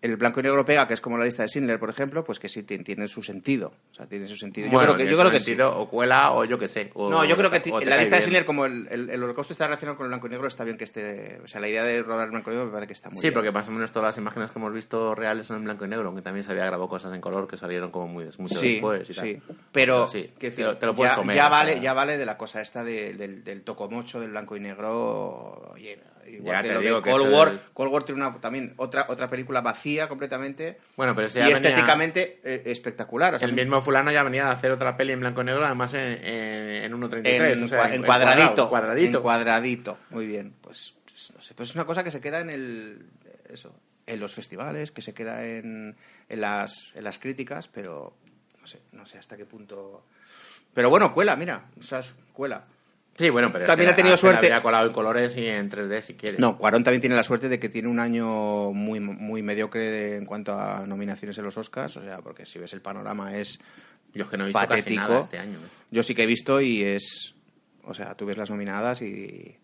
Speaker 2: el blanco y negro pega, que es como la lista de Schindler, por ejemplo, pues que sí tien- tiene su sentido. O sea, tiene su sentido. Yo
Speaker 3: Bueno,
Speaker 2: creo que,
Speaker 3: en
Speaker 2: yo creo
Speaker 3: ese
Speaker 2: que sí.
Speaker 3: sentido, O cuela o yo qué sé. o-
Speaker 2: No, yo creo que
Speaker 3: o
Speaker 2: ti-
Speaker 3: te
Speaker 2: la
Speaker 3: cae
Speaker 2: lista de
Speaker 3: bien.
Speaker 2: Schindler, como el, el- el holocausto está relacionado con el blanco y negro, está bien que esté. O sea, la idea de rodar blanco y negro me parece que está muy
Speaker 3: Sí,
Speaker 2: bien.
Speaker 3: porque más o menos todas las imágenes que hemos visto reales son en blanco y negro, aunque también se había grabado cosas en color que salieron como muy des- mucho
Speaker 2: Sí,
Speaker 3: después y tal.
Speaker 2: sí. Pero,
Speaker 3: sí,
Speaker 2: quiero decir,
Speaker 3: te lo- te lo puedes
Speaker 2: ya,
Speaker 3: comer,
Speaker 2: ya
Speaker 3: o sea.
Speaker 2: vale, ya vale de la cosa esta de- del, del tocomocho, del blanco y negro. oye, igual
Speaker 3: Ya
Speaker 2: que
Speaker 3: te
Speaker 2: lo de
Speaker 3: digo que
Speaker 2: Cold
Speaker 3: eso
Speaker 2: War.
Speaker 3: es-
Speaker 2: Cold War tiene una, también otra, otra película vacía completamente.
Speaker 3: Bueno, pero ese
Speaker 2: Y
Speaker 3: ya venía-
Speaker 2: estéticamente eh, espectacular. O sea,
Speaker 3: El mismo fulano ya venía a hacer otra peli en blanco y negro, además en, en, en 1.33.
Speaker 2: en,
Speaker 3: o sea,
Speaker 2: cua- en cuadradito,
Speaker 3: cuadrado, cuadradito.
Speaker 2: En cuadradito. Muy bien. Pues, pues, no sé, pues es una cosa que se queda en el eso, en los festivales, que se queda en, en las, en las críticas, pero no sé, no sé hasta qué punto. Pero bueno, cuela, mira, o sea, es- cuela.
Speaker 3: Sí, bueno, pero
Speaker 2: También
Speaker 3: es que
Speaker 2: ha tenido
Speaker 3: la- se la
Speaker 2: suerte.
Speaker 3: había colado en colores y en 3D si quieres.
Speaker 2: No, Cuarón también tiene la suerte de que tiene un año muy, muy mediocre en cuanto a nominaciones en los Oscars, o sea, porque si ves el panorama es
Speaker 3: Yo es que no he visto casi
Speaker 2: Patético.
Speaker 3: nada este año. ¿eh?
Speaker 2: Yo sí que he visto y es. O sea, tú ves las nominadas y,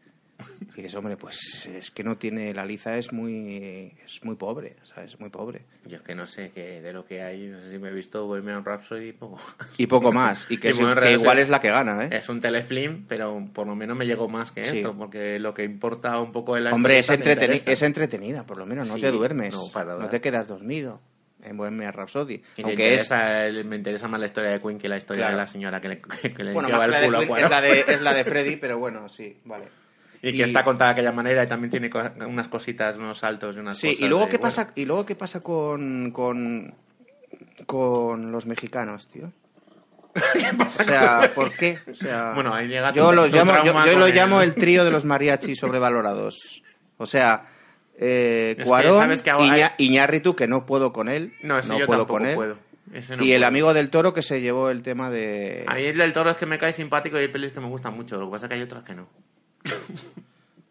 Speaker 2: y dices, hombre, pues es que no tiene. La liza es muy. Es muy pobre, ¿sabes? Muy pobre.
Speaker 3: Yo es que no sé qué de lo que hay, no sé si me he visto Bohemian Rhapsody poco.
Speaker 2: Y poco más. Y que,
Speaker 3: Y
Speaker 2: es-
Speaker 3: bueno, en
Speaker 2: que
Speaker 3: realidad
Speaker 2: igual
Speaker 3: sí.
Speaker 2: es la que gana, ¿eh?
Speaker 3: Es un telefilm, pero por lo menos me llegó más que
Speaker 2: Sí.
Speaker 3: esto, porque lo que importa un poco es la
Speaker 2: Hombre, es,
Speaker 3: historieta, te
Speaker 2: entreteni-
Speaker 3: interesa.
Speaker 2: es entretenida, por lo menos. No
Speaker 3: Sí,
Speaker 2: te duermes.
Speaker 3: no, para
Speaker 2: No,
Speaker 3: nada.
Speaker 2: te quedas dormido. En Bohemia Rhapsody.
Speaker 3: Y te
Speaker 2: Aunque es.
Speaker 3: interesa el- me interesa más la historia de Queen que la historia
Speaker 2: Claro.
Speaker 3: de la señora que le, que le
Speaker 2: Bueno,
Speaker 3: lleva
Speaker 2: más que
Speaker 3: el
Speaker 2: la de
Speaker 3: culo a
Speaker 2: Queen,
Speaker 3: Cuarón.
Speaker 2: es la de, es la de Freddy, pero bueno, sí, vale.
Speaker 3: Y que
Speaker 2: y-
Speaker 3: está contada de aquella manera y también tiene co- unas cositas, unos saltos y unas
Speaker 2: Sí,
Speaker 3: cosas.
Speaker 2: y luego
Speaker 3: de,
Speaker 2: qué
Speaker 3: bueno,
Speaker 2: pasa, y luego qué pasa con, con, con los mexicanos, tío. O sea, ¿por qué? O sea,
Speaker 3: Bueno, ahí llega tu-
Speaker 2: yo los
Speaker 3: tu
Speaker 2: llamo, yo,
Speaker 3: trauma
Speaker 2: yo
Speaker 3: con
Speaker 2: lo
Speaker 3: el-
Speaker 2: llamo el trío de los mariachis sobrevalorados. O sea, eh,
Speaker 3: Es que
Speaker 2: Cuarón,
Speaker 3: sabes que ahora hay-
Speaker 2: Iñarritu, que no puedo con él,
Speaker 3: No, ese yo
Speaker 2: puedo
Speaker 3: tampoco
Speaker 2: con él,
Speaker 3: puedo. Ese no
Speaker 2: y el
Speaker 3: puedo.
Speaker 2: amigo del toro que se llevó el tema de.
Speaker 3: A mí el del toro es que me cae simpático y hay pelis que me gustan mucho, lo que pasa es que hay otras que no.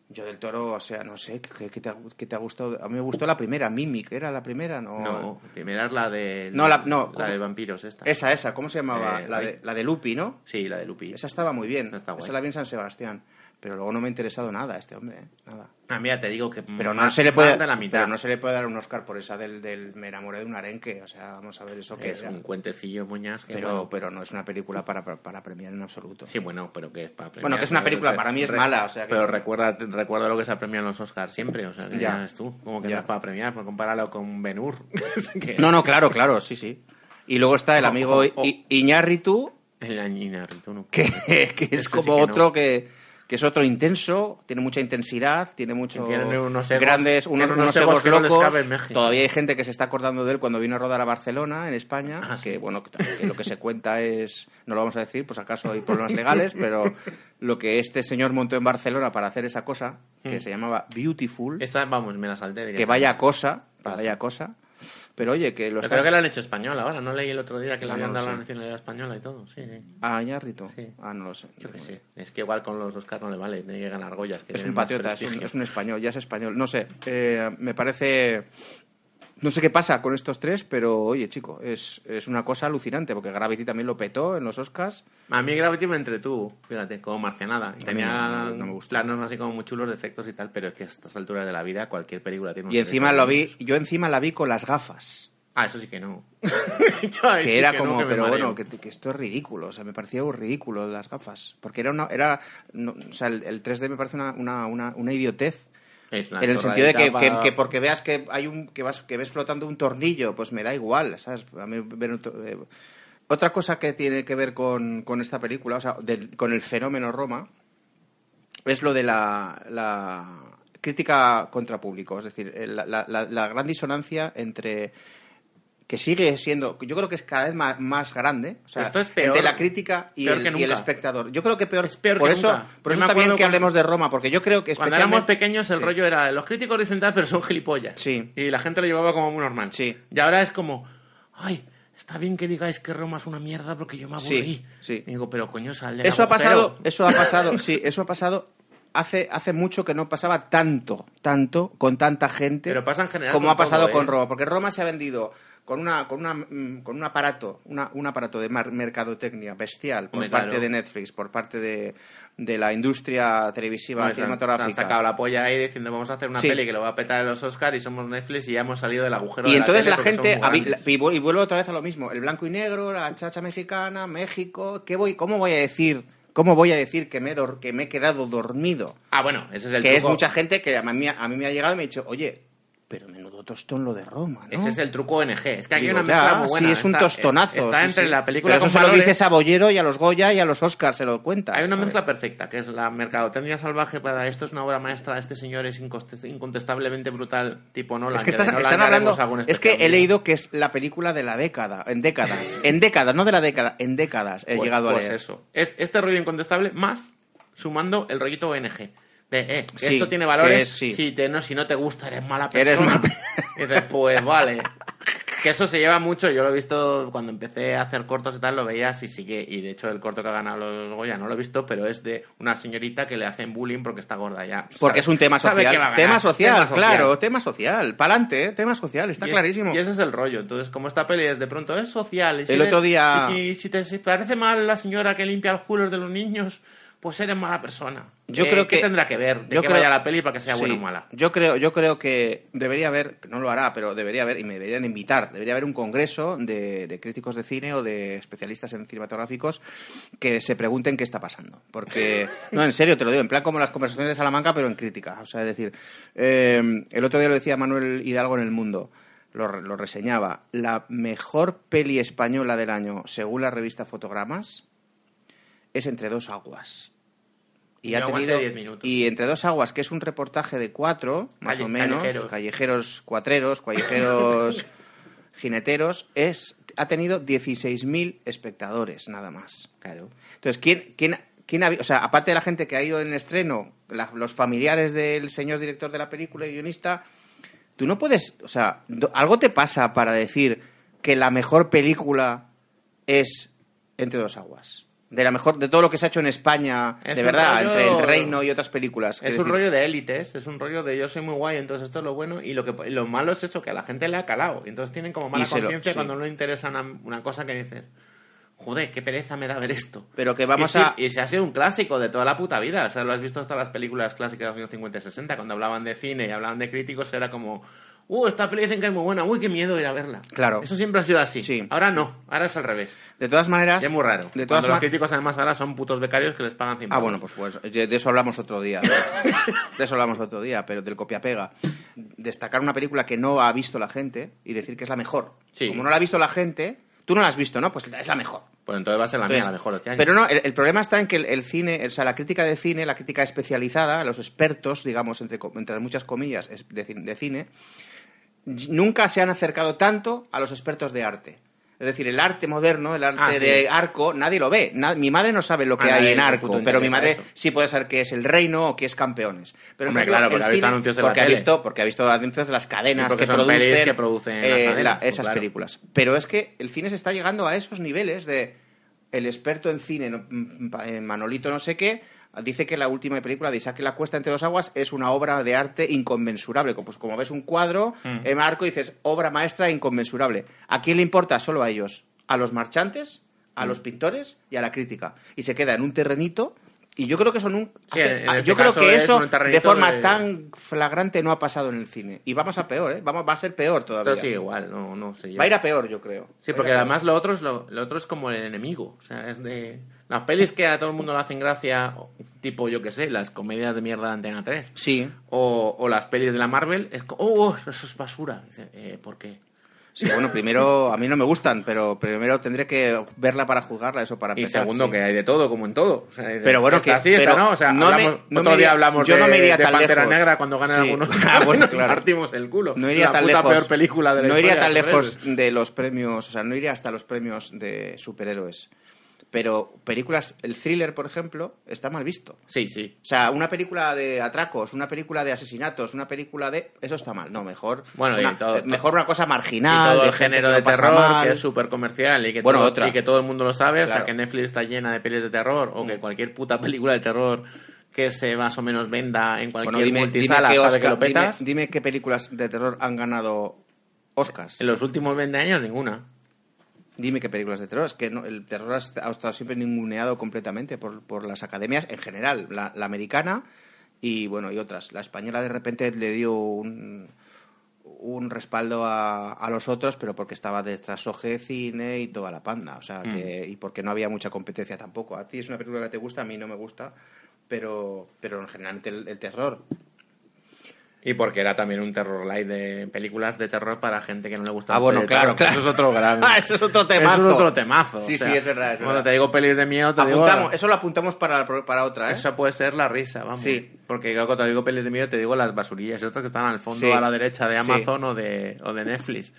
Speaker 2: Yo del toro, o sea, no sé, ¿qué, qué te, ha- qué te ha gustado? A mí me gustó la primera, Mimic, ¿era la primera? No.
Speaker 3: No, primera es la de...
Speaker 2: No, la- no, ¿cómo?
Speaker 3: la de vampiros esta.
Speaker 2: Esa, esa, ¿cómo se llamaba?
Speaker 3: Eh,
Speaker 2: la,
Speaker 3: ay.
Speaker 2: de, la de Lupi, ¿no?
Speaker 3: Sí, la de Lupi.
Speaker 2: Esa estaba muy bien.
Speaker 3: Está guay.
Speaker 2: Esa la vi en San Sebastián. Pero luego no me ha interesado nada este hombre, ¿eh? nada.
Speaker 3: Ah, mira, te digo que
Speaker 2: Pero no,
Speaker 3: más-
Speaker 2: se le puede,
Speaker 3: más de la mitad.
Speaker 2: pero no se le puede dar un Oscar por esa del, del Me enamoré de un arenque. O sea, vamos a ver eso que
Speaker 3: es un cuentecillo moñas. que,
Speaker 2: Pero,
Speaker 3: bueno,
Speaker 2: pero no es una película para, para, para premiar en absoluto.
Speaker 3: Sí, bueno, pero que es para premiar.
Speaker 2: Bueno, que es una
Speaker 3: pero
Speaker 2: película,
Speaker 3: re-
Speaker 2: para mí es
Speaker 3: re-
Speaker 2: mala, o sea que-
Speaker 3: Pero recuerda, recuerda lo que se ha premiado en los Oscars siempre, o sea, que
Speaker 2: Ya.
Speaker 3: ya, ves tú, como que
Speaker 2: Ya.
Speaker 3: no es para premiar, pues compáralo con Ben Hur. que-
Speaker 2: No, no, claro, claro, sí, sí. Y luego está el
Speaker 3: Ojo,
Speaker 2: amigo
Speaker 3: ojo, ojo.
Speaker 2: I- Iñárritu,
Speaker 3: El Añinarritu, no.
Speaker 2: que, que es
Speaker 3: Ese sí
Speaker 2: como
Speaker 3: que no.
Speaker 2: otro que, que es otro intenso, tiene mucha intensidad, tiene muchos
Speaker 3: Tiene unos egos-
Speaker 2: grandes,
Speaker 3: tiene
Speaker 2: unos,
Speaker 3: unos
Speaker 2: unos
Speaker 3: egos
Speaker 2: egos
Speaker 3: que no les
Speaker 2: locos.
Speaker 3: cabe en México.
Speaker 2: Todavía hay gente que se está acordando de él cuando vino a rodar a Barcelona, en España,
Speaker 3: Ah,
Speaker 2: que bueno, que, que lo que se cuenta es, no lo vamos a decir, pues acaso hay problemas legales, pero lo que este señor montó en Barcelona para hacer esa cosa,
Speaker 3: Mm.
Speaker 2: que se llamaba Beautiful,
Speaker 3: Esa, vamos, me la salté.
Speaker 2: que
Speaker 3: directamente.
Speaker 2: vaya cosa, que
Speaker 3: Basta.
Speaker 2: vaya cosa. Pero oye, que lo
Speaker 3: Pero
Speaker 2: está-
Speaker 3: creo que la han hecho española ahora, no leí el otro día que le
Speaker 2: No,
Speaker 3: habían
Speaker 2: no
Speaker 3: dado
Speaker 2: sé.
Speaker 3: la nacionalidad española y todo, sí, sí.
Speaker 2: ¿A Iñárritu?
Speaker 3: Sí.
Speaker 2: Ah, no lo sé.
Speaker 3: Yo qué sé. Es que igual con los Oscars no le vale, tiene que ganar Goyas. que
Speaker 2: Es un
Speaker 3: tienen más
Speaker 2: patriota, es un,
Speaker 3: prestigio.
Speaker 2: es un español, ya es español. No sé, eh, me parece... No sé qué pasa con estos tres, pero oye, chico, es, es una cosa alucinante, porque Gravity también lo petó en los Oscars.
Speaker 3: A mí Gravity me entretuvo, fíjate, como marcianada. Y Tenía
Speaker 2: no- no me gustó.
Speaker 3: planos así como muy chulos, de efectos y tal, pero es que a estas alturas de la vida cualquier película tiene un
Speaker 2: Y encima lo vi, yo encima la vi con las gafas,
Speaker 3: Ah, eso sí que no. Yo ahí sí
Speaker 2: que era
Speaker 3: no,
Speaker 2: como,
Speaker 3: que me
Speaker 2: pero
Speaker 3: mareo.
Speaker 2: bueno, que, que esto es ridículo, o sea, me parecía ridículo las gafas, porque era una, era, no, o sea, el, el 3D me parece una, una, una, una idiotez.
Speaker 3: Es una
Speaker 2: en el sentido de que,
Speaker 3: chorradita
Speaker 2: que-
Speaker 3: para-
Speaker 2: que porque veas que hay un que vas que ves flotando un tornillo pues me da igual sabes A mí ver un to- eh, otra cosa que tiene que ver con, con esta película o sea del- con el fenómeno Roma es lo de la, la crítica contra público es decir eh, la, la- la- la gran disonancia entre que sigue siendo yo creo que es cada vez más, más grande o sea,
Speaker 3: Esto es peor-
Speaker 2: entre la crítica y
Speaker 3: peor
Speaker 2: el,
Speaker 3: que
Speaker 2: y el
Speaker 3: nunca.
Speaker 2: espectador yo creo que peor,
Speaker 3: Es peor
Speaker 2: por
Speaker 3: que
Speaker 2: eso
Speaker 3: nunca.
Speaker 2: por
Speaker 3: Yo
Speaker 2: eso está
Speaker 3: me
Speaker 2: bien
Speaker 3: acuerdo
Speaker 2: que
Speaker 3: cuando-
Speaker 2: hablemos de Roma porque yo creo que
Speaker 3: Cuando éramos
Speaker 2: especialmente-
Speaker 3: pequeños el
Speaker 2: Sí.
Speaker 3: rollo era los críticos dicen tal, pero son gilipollas.
Speaker 2: Sí.
Speaker 3: Y la gente lo llevaba como muy normal.
Speaker 2: Sí.
Speaker 3: Y ahora es como, ay, está bien que digáis que Roma es una mierda porque yo me
Speaker 2: Sí,
Speaker 3: aburrí.
Speaker 2: sí.
Speaker 3: Y digo, pero coño, sal del
Speaker 2: Eso ha
Speaker 3: agujero".
Speaker 2: pasado, eso ha pasado, sí, eso ha pasado hace, hace mucho que no pasaba tanto, tanto, con tanta gente.
Speaker 3: Pero pasa en general
Speaker 2: Como
Speaker 3: con
Speaker 2: ha pasado
Speaker 3: todo, ¿eh?
Speaker 2: con Roma, porque Roma se ha vendido con una, con una, mm, con un aparato, una- un aparato de mar- mercadotecnia bestial por
Speaker 3: Hombre,
Speaker 2: parte
Speaker 3: claro.
Speaker 2: de Netflix, por parte de, de la industria televisiva
Speaker 3: Bueno, se han- se han
Speaker 2: cinematográfica.
Speaker 3: sacado la polla ahí diciendo vamos a hacer una
Speaker 2: Sí.
Speaker 3: peli que lo va a petar en los Oscars y somos Netflix y ya hemos salido del agujero
Speaker 2: y
Speaker 3: de
Speaker 2: entonces
Speaker 3: tele
Speaker 2: la
Speaker 3: porque
Speaker 2: gente
Speaker 3: somos
Speaker 2: habi-
Speaker 3: grandes.
Speaker 2: la- y vuel- y vuelvo otra vez a lo mismo el blanco y negro la chacha mexicana México qué voy cómo voy a decir cómo voy a decir que me he dor- que me he quedado dormido
Speaker 3: Ah, bueno, ese es el
Speaker 2: que es
Speaker 3: truco.
Speaker 2: mucha gente que a mí, a mí me ha llegado y me ha dicho, oye, pero menudo tostón lo de Roma, ¿no?
Speaker 3: Ese es el truco ONG. Es que aquí
Speaker 2: Digo,
Speaker 3: hay una mezcla
Speaker 2: ya,
Speaker 3: muy buena.
Speaker 2: Sí, es un
Speaker 3: Está-
Speaker 2: tostonazo.
Speaker 3: Está
Speaker 2: sí,
Speaker 3: entre
Speaker 2: sí.
Speaker 3: la película
Speaker 2: Pero
Speaker 3: con
Speaker 2: eso se lo
Speaker 3: valores.
Speaker 2: dices a Bollero y a los Goya y a los Oscars se lo cuentas.
Speaker 3: Hay una
Speaker 2: ¿sabes?
Speaker 3: mezcla perfecta, que es la mercadotecnia salvaje para esto es una obra maestra, este señor es incontest- incontestablemente brutal, tipo Nolan.
Speaker 2: Es que
Speaker 3: de
Speaker 2: están,
Speaker 3: Nolan
Speaker 2: están
Speaker 3: ya haremos
Speaker 2: hablando.
Speaker 3: algún
Speaker 2: Es que he
Speaker 3: especial.
Speaker 2: leído que es la película de la década, en décadas, en décadas, no de la década, en décadas he
Speaker 3: Pues-
Speaker 2: llegado a
Speaker 3: pues
Speaker 2: leer.
Speaker 3: eso. Es este rollo incontestable más sumando el rollito ONG. De, eh, que
Speaker 2: Sí,
Speaker 3: esto tiene valores.
Speaker 2: que es- sí.
Speaker 3: si, te, no, si no te gusta, eres mala persona.
Speaker 2: Eres mala pe-
Speaker 3: Y dices, pues vale. Que eso se lleva mucho. Yo lo he visto cuando empecé a hacer cortos y tal, lo veías y sigue. Y de hecho, el corto que ha ganado los Goya no lo he visto, pero es de una señorita que le hacen bullying porque está gorda ya.
Speaker 2: Porque
Speaker 3: Sabe-
Speaker 2: es un tema
Speaker 3: sabe que va a
Speaker 2: social.
Speaker 3: ganar.
Speaker 2: Tema social,
Speaker 3: Tema
Speaker 2: claro, tema social. Pa'lante, eh, tema social, está
Speaker 3: y es-
Speaker 2: clarísimo.
Speaker 3: Y ese es el rollo. Entonces, como esta peli es de pronto es social. Y si
Speaker 2: El
Speaker 3: le-
Speaker 2: otro día-
Speaker 3: y si, si te si parece mal la señora que limpia los culos de los niños, pues eres mala persona.
Speaker 2: Yo
Speaker 3: Eh,
Speaker 2: creo
Speaker 3: ¿qué
Speaker 2: que-
Speaker 3: tendrá que ver de
Speaker 2: yo
Speaker 3: que
Speaker 2: creo-
Speaker 3: vaya la peli para que sea buena
Speaker 2: Sí,
Speaker 3: o mala.
Speaker 2: Yo creo, yo creo que debería haber, no lo hará, pero debería haber, y me deberían invitar, debería haber un congreso de, de críticos de cine o de especialistas en cinematográficos que se pregunten qué está pasando. Porque, no, en serio, te lo digo, en plan como las conversaciones de Salamanca, pero en crítica. O sea, es decir, eh, el otro día lo decía Manuel Hidalgo en El Mundo. Lo, re- lo reseñaba. La mejor peli española del año, según la revista Fotogramas, es Entre dos aguas. Y,
Speaker 3: No
Speaker 2: ha
Speaker 3: aguanta
Speaker 2: tenido,
Speaker 3: 10 minutos.
Speaker 2: y Entre dos aguas, que es un reportaje de cuatro, más
Speaker 3: Calle-
Speaker 2: o menos,
Speaker 3: callejeros.
Speaker 2: callejeros, cuatreros, callejeros jineteros, es, ha tenido 16.000 espectadores nada más.
Speaker 3: Claro.
Speaker 2: Entonces, ¿quién, quién, quién ha, vi- o sea, aparte de la gente que ha ido en el estreno, la- los familiares del señor director de la película y guionista, tú no puedes, o sea, do- algo te pasa para decir que la mejor película es Entre dos aguas. De la mejor, de todo lo que se ha hecho en España,
Speaker 3: Es
Speaker 2: de
Speaker 3: un
Speaker 2: verdad,
Speaker 3: rollo-
Speaker 2: entre El Reino y otras películas.
Speaker 3: Es
Speaker 2: Quiero decir,
Speaker 3: un rollo de élites, es un rollo de yo soy muy guay, entonces esto es lo bueno. Y lo que y lo malo es eso, que a la gente le ha calado. Entonces tienen como mala
Speaker 2: Y se lo-
Speaker 3: conciencia
Speaker 2: sí.
Speaker 3: cuando no le interesa una, una cosa que dices. joder, qué pereza me da ver esto.
Speaker 2: Pero que vamos
Speaker 3: y sí,
Speaker 2: a-
Speaker 3: Y se ha sido un clásico de toda la puta vida. O sea, lo has visto hasta las películas clásicas de los años 50 y 60. Cuando hablaban de cine y hablaban de críticos, era como, uh, esta peli dicen que es muy buena, uy, qué miedo ir a verla.
Speaker 2: Claro.
Speaker 3: Eso siempre ha sido así.
Speaker 2: Sí.
Speaker 3: Ahora no, ahora es al revés.
Speaker 2: De todas maneras.
Speaker 3: Ya es muy raro.
Speaker 2: De todas
Speaker 3: Cuando los
Speaker 2: ma-
Speaker 3: críticos, además, ahora son putos becarios que les pagan 100
Speaker 2: Ah, bueno, pues, pues de de eso hablamos otro día. De eso hablamos otro día, pero del copia-pega. Destacar una película que no ha visto la gente y decir que es la mejor.
Speaker 3: Sí.
Speaker 2: Como no la ha visto la gente, tú no la has visto, ¿no? Pues es la mejor.
Speaker 3: Pues entonces va a ser la mía,
Speaker 2: Entonces,
Speaker 3: la mejor de este año.
Speaker 2: Pero no, el, el problema está en que el, el cine, o sea, la crítica de cine, la crítica especializada, los expertos, digamos, entre, co- entre muchas comillas, es- de, cin- de cine, y- nunca se han acercado tanto a los expertos de arte. Es decir, el arte moderno, el arte
Speaker 3: Ah, sí.
Speaker 2: de arco, nadie lo ve. Na- mi madre no sabe lo que
Speaker 3: A
Speaker 2: hay
Speaker 3: nadie
Speaker 2: en
Speaker 3: le
Speaker 2: arco,
Speaker 3: puto
Speaker 2: pero mi
Speaker 3: interesa
Speaker 2: madre
Speaker 3: eso.
Speaker 2: sí puede saber qué es el reino o qué es campeones. Pero en
Speaker 3: Hombre,
Speaker 2: cambio,
Speaker 3: claro,
Speaker 2: el
Speaker 3: porque ha visto anuncios en la
Speaker 2: porque ha
Speaker 3: tele.
Speaker 2: visto, porque ha visto anuncios de las cadenas
Speaker 3: Y porque
Speaker 2: que
Speaker 3: son
Speaker 2: producen,
Speaker 3: pelis que producen las
Speaker 2: eh,
Speaker 3: cadenas,
Speaker 2: la-
Speaker 3: pues
Speaker 2: esas
Speaker 3: claro.
Speaker 2: películas. Pero es que el cine se está llegando a esos niveles de el experto en cine, no- mm, pa- en Manolito no sé qué, dice que la última película de Isaac la cuesta entre dos aguas es una obra de arte inconmensurable. Como- Pues como ves un cuadro
Speaker 3: Mm.
Speaker 2: en marco y dices, obra maestra inconmensurable. ¿A quién le importa? Solo a ellos. A los marchantes,
Speaker 3: Mm.
Speaker 2: a los pintores y a la crítica. Y se queda en un terrenito y yo creo que eso nunca...
Speaker 3: Sí,
Speaker 2: hace-
Speaker 3: en- en este
Speaker 2: yo creo
Speaker 3: caso
Speaker 2: que
Speaker 3: es
Speaker 2: eso
Speaker 3: un
Speaker 2: de
Speaker 3: terrenito
Speaker 2: forma
Speaker 3: de-
Speaker 2: tan flagrante no ha pasado en el cine. Y vamos a peor, ¿eh? Vamos, va a ser peor todavía.
Speaker 3: Esto sigue igual, no, no sé yo.
Speaker 2: Va a ir a peor, yo creo. Va a
Speaker 3: Sí,
Speaker 2: ir
Speaker 3: porque
Speaker 2: a peor.
Speaker 3: además lo otro, es lo, lo otro es como el enemigo. O sea, es de. Las pelis que a todo el mundo le hacen gracia, tipo, yo qué sé, las comedias de mierda de Antena 3.
Speaker 2: Sí.
Speaker 3: O, o las pelis de la Marvel, es como, oh, oh, eso es basura. Dice, eh, ¿Por qué?
Speaker 2: Sí, bueno, primero, a mí no me gustan, pero primero tendré que verla para juzgarla, eso para
Speaker 3: Y
Speaker 2: empezar.
Speaker 3: segundo,
Speaker 2: sí.
Speaker 3: que hay de todo, como en todo. O sea, dice,
Speaker 2: Pero bueno,
Speaker 3: esta
Speaker 2: que-
Speaker 3: sí, esta
Speaker 2: pero
Speaker 3: no. O sea,
Speaker 2: no me-
Speaker 3: hablamos-
Speaker 2: no me
Speaker 3: otro
Speaker 2: iría-
Speaker 3: día hablamos
Speaker 2: yo
Speaker 3: de,
Speaker 2: no me iría
Speaker 3: de
Speaker 2: tan
Speaker 3: Pantera
Speaker 2: lejos.
Speaker 3: Negra cuando ganan
Speaker 2: Sí.
Speaker 3: algunos.
Speaker 2: Ah, bueno, claro.
Speaker 3: Partimos el culo.
Speaker 2: No iría
Speaker 3: la
Speaker 2: tan
Speaker 3: puta
Speaker 2: lejos.
Speaker 3: peor película de la
Speaker 2: no iría
Speaker 3: historia
Speaker 2: tan
Speaker 3: de superhéroes.
Speaker 2: lejos de los premios, o sea, no iría hasta los premios de superhéroes. Pero películas, el thriller, por ejemplo, está mal visto.
Speaker 3: Sí, sí.
Speaker 2: O sea, una película de atracos, una película de asesinatos, una película de... Eso está mal, no, mejor...
Speaker 3: Bueno, y
Speaker 2: una-
Speaker 3: todo-
Speaker 2: mejor una cosa
Speaker 3: y
Speaker 2: marginal.
Speaker 3: todo
Speaker 2: de
Speaker 3: el
Speaker 2: gente
Speaker 3: género
Speaker 2: que
Speaker 3: de
Speaker 2: lo pasa
Speaker 3: terror
Speaker 2: mal.
Speaker 3: que es súper comercial y que,
Speaker 2: Bueno,
Speaker 3: todo,
Speaker 2: otra.
Speaker 3: y que todo el mundo lo sabe, o
Speaker 2: Claro. Mm.
Speaker 3: sea que Netflix está llena de pelis de terror o que cualquier puta película de terror que se más o menos venda en cualquier
Speaker 2: Bueno, dime,
Speaker 3: multisala
Speaker 2: dime qué
Speaker 3: sabe
Speaker 2: Oscar-
Speaker 3: que lo
Speaker 2: dime-
Speaker 3: petas.
Speaker 2: Dime, qué películas de terror han ganado Oscars.
Speaker 3: En los últimos 20 años ninguna.
Speaker 2: Dime qué películas de terror. Es que no- el terror ha est- ha estado siempre ninguneado completamente por, por las academias en general, la, la americana y bueno y otras. La española de repente le dio un, un respaldo a, a los otros, pero porque estaba detrás Oje Cine y toda la panda, o sea,
Speaker 3: Mm.
Speaker 2: que, y porque no había mucha competencia tampoco. A ti es una película que te gusta, a mí no me gusta, pero pero generalmente el- el terror
Speaker 3: Y porque era también un terror light de películas de terror para gente que no le gustaba.
Speaker 2: Ah, bueno, claro, claro.
Speaker 3: Eso es otro gran.
Speaker 2: Ah, eso es otro temazo.
Speaker 3: Eso es otro temazo.
Speaker 2: Sí,
Speaker 3: o sea,
Speaker 2: sí, es verdad, es
Speaker 3: Cuando
Speaker 2: verdad.
Speaker 3: te digo pelis de miedo, te digo.
Speaker 2: Apuntamos, eso lo apuntamos para, la pro- para otra, ¿eh?
Speaker 3: Esa puede ser la risa, vamos.
Speaker 2: Sí.
Speaker 3: Porque yo cuando digo pelis de miedo te digo las basurillas, estas que están al fondo
Speaker 2: Sí.
Speaker 3: a la derecha de
Speaker 2: Sí.
Speaker 3: Amazon o, de, o de Netflix.